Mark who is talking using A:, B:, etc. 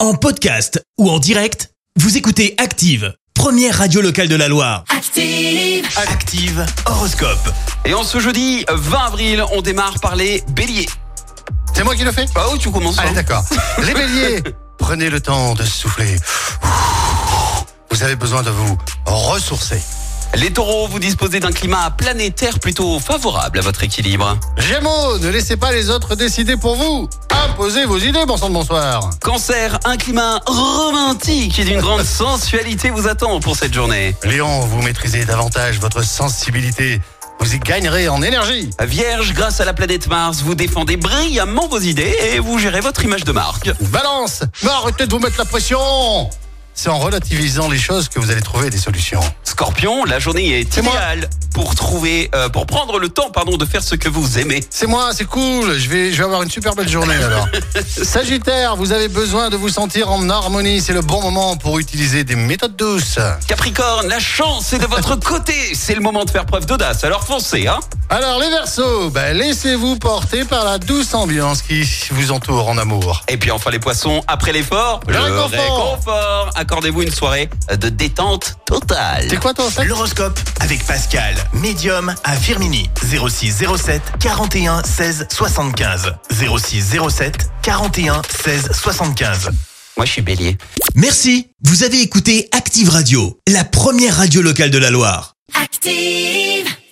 A: En podcast ou en direct, vous écoutez Active, première radio locale de la Loire.
B: Active.
A: Active Horoscope.
C: Et en ce jeudi 20 avril, on démarre par les béliers.
D: C'est moi qui le fais
C: Bah où tu commences
D: Allez,
C: hein
D: d'accord. Les béliers, prenez le temps de souffler. Vous avez besoin de vous ressourcer.
C: Les taureaux, vous disposez d'un climat planétaire plutôt favorable à votre équilibre.
D: Gémeaux, ne laissez pas les autres décider pour vous. Imposez vos idées, bon sang de bonsoir.
C: Cancer, un climat romantique et d'une grande sensualité vous attend pour cette journée.
D: Léon, vous maîtrisez davantage votre sensibilité. Vous y gagnerez en énergie.
C: Vierge, grâce à la planète Mars, vous défendez brillamment vos idées et vous gérez votre image de marque.
D: Balance, mais arrêtez de vous mettre la pression. C'est en relativisant les choses que vous allez trouver des solutions.
C: Scorpion, la journée est
D: moi.
C: idéale pour trouver, euh, pour prendre le temps, pardon, de faire ce que vous aimez.
D: C'est moi, c'est cool. Je vais, je vais avoir une super belle journée alors. Sagittaire, vous avez besoin de vous sentir en harmonie. C'est le bon moment pour utiliser des méthodes douces.
C: Capricorne, la chance est de votre côté. C'est le moment de faire preuve d'audace. Alors foncez, hein.
D: Alors les Verseaux, ben, laissez-vous porter par la douce ambiance qui vous entoure en amour.
C: Et puis enfin les poissons, après l'effort,
D: Le réconfort.
C: réconfort. Accordez-vous une soirée de détente totale.
D: C'est quoi toi en fait
A: L'horoscope avec Pascal, médium à Firmini. 06 07 41 16 75. 06 07 41 16 75.
C: Moi je suis bélier.
A: Merci, vous avez écouté Active Radio, la première radio locale de la Loire.
B: Active.